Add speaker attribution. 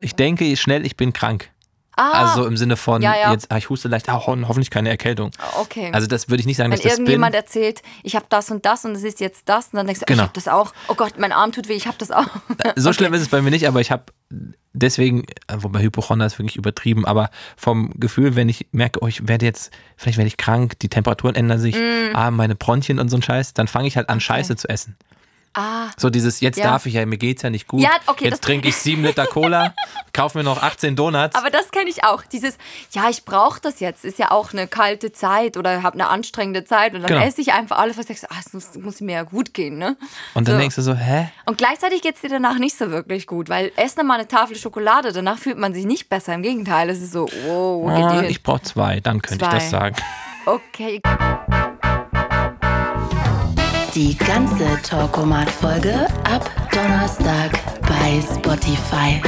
Speaker 1: ich denke schnell, ich bin krank.
Speaker 2: Ah,
Speaker 1: Also im Sinne von,
Speaker 2: Ja, ja.
Speaker 1: jetzt, ah, ich huste leicht, ah, ho- hoffentlich keine Erkältung.
Speaker 2: okay.
Speaker 1: Also das würde ich nicht sagen,
Speaker 2: wenn
Speaker 1: dass ich das bin.
Speaker 2: irgendjemand erzählt, ich habe das und das und es ist jetzt das und dann denkst du,
Speaker 1: Genau.
Speaker 2: ich habe das auch. Oh Gott, mein Arm tut weh, ich habe das auch.
Speaker 1: So schlimm ist es bei mir nicht, aber ich habe deswegen, äh, wobei Hypochonder ist wirklich übertrieben, aber vom Gefühl, wenn ich merke, oh, ich werde jetzt, vielleicht werde ich krank, die Temperaturen ändern sich,
Speaker 2: Mm.
Speaker 1: ah, meine Bronchien und so ein Scheiß, dann fange ich halt an, Scheiße zu essen. Ah, so dieses, jetzt
Speaker 2: Ja.
Speaker 1: darf ich ja, mir geht's ja nicht gut.
Speaker 2: Ja, okay, das-
Speaker 1: jetzt trinke ich sieben Liter Cola, kaufe mir noch 18 Donuts.
Speaker 2: Aber das kenne ich auch. Dieses, ja, ich brauche das jetzt, ist ja auch eine kalte Zeit oder habe eine anstrengende Zeit und dann
Speaker 1: Genau.
Speaker 2: esse ich einfach alles, was ich sage, ah, es muss, muss mir ja gut gehen, ne?
Speaker 1: und dann
Speaker 2: so.
Speaker 1: denkst du so, hä?
Speaker 2: Und gleichzeitig geht es dir danach nicht so wirklich gut, weil ess noch mal eine Tafel Schokolade, danach fühlt man sich nicht besser. Im Gegenteil, es ist so, oh, wo geht
Speaker 1: Ah,
Speaker 2: die hin?
Speaker 1: ich brauche zwei, dann könnte ich das
Speaker 2: Zwei.
Speaker 1: sagen.
Speaker 2: Okay.
Speaker 3: Die ganze Talkomat-Folge ab Donnerstag bei Spotify.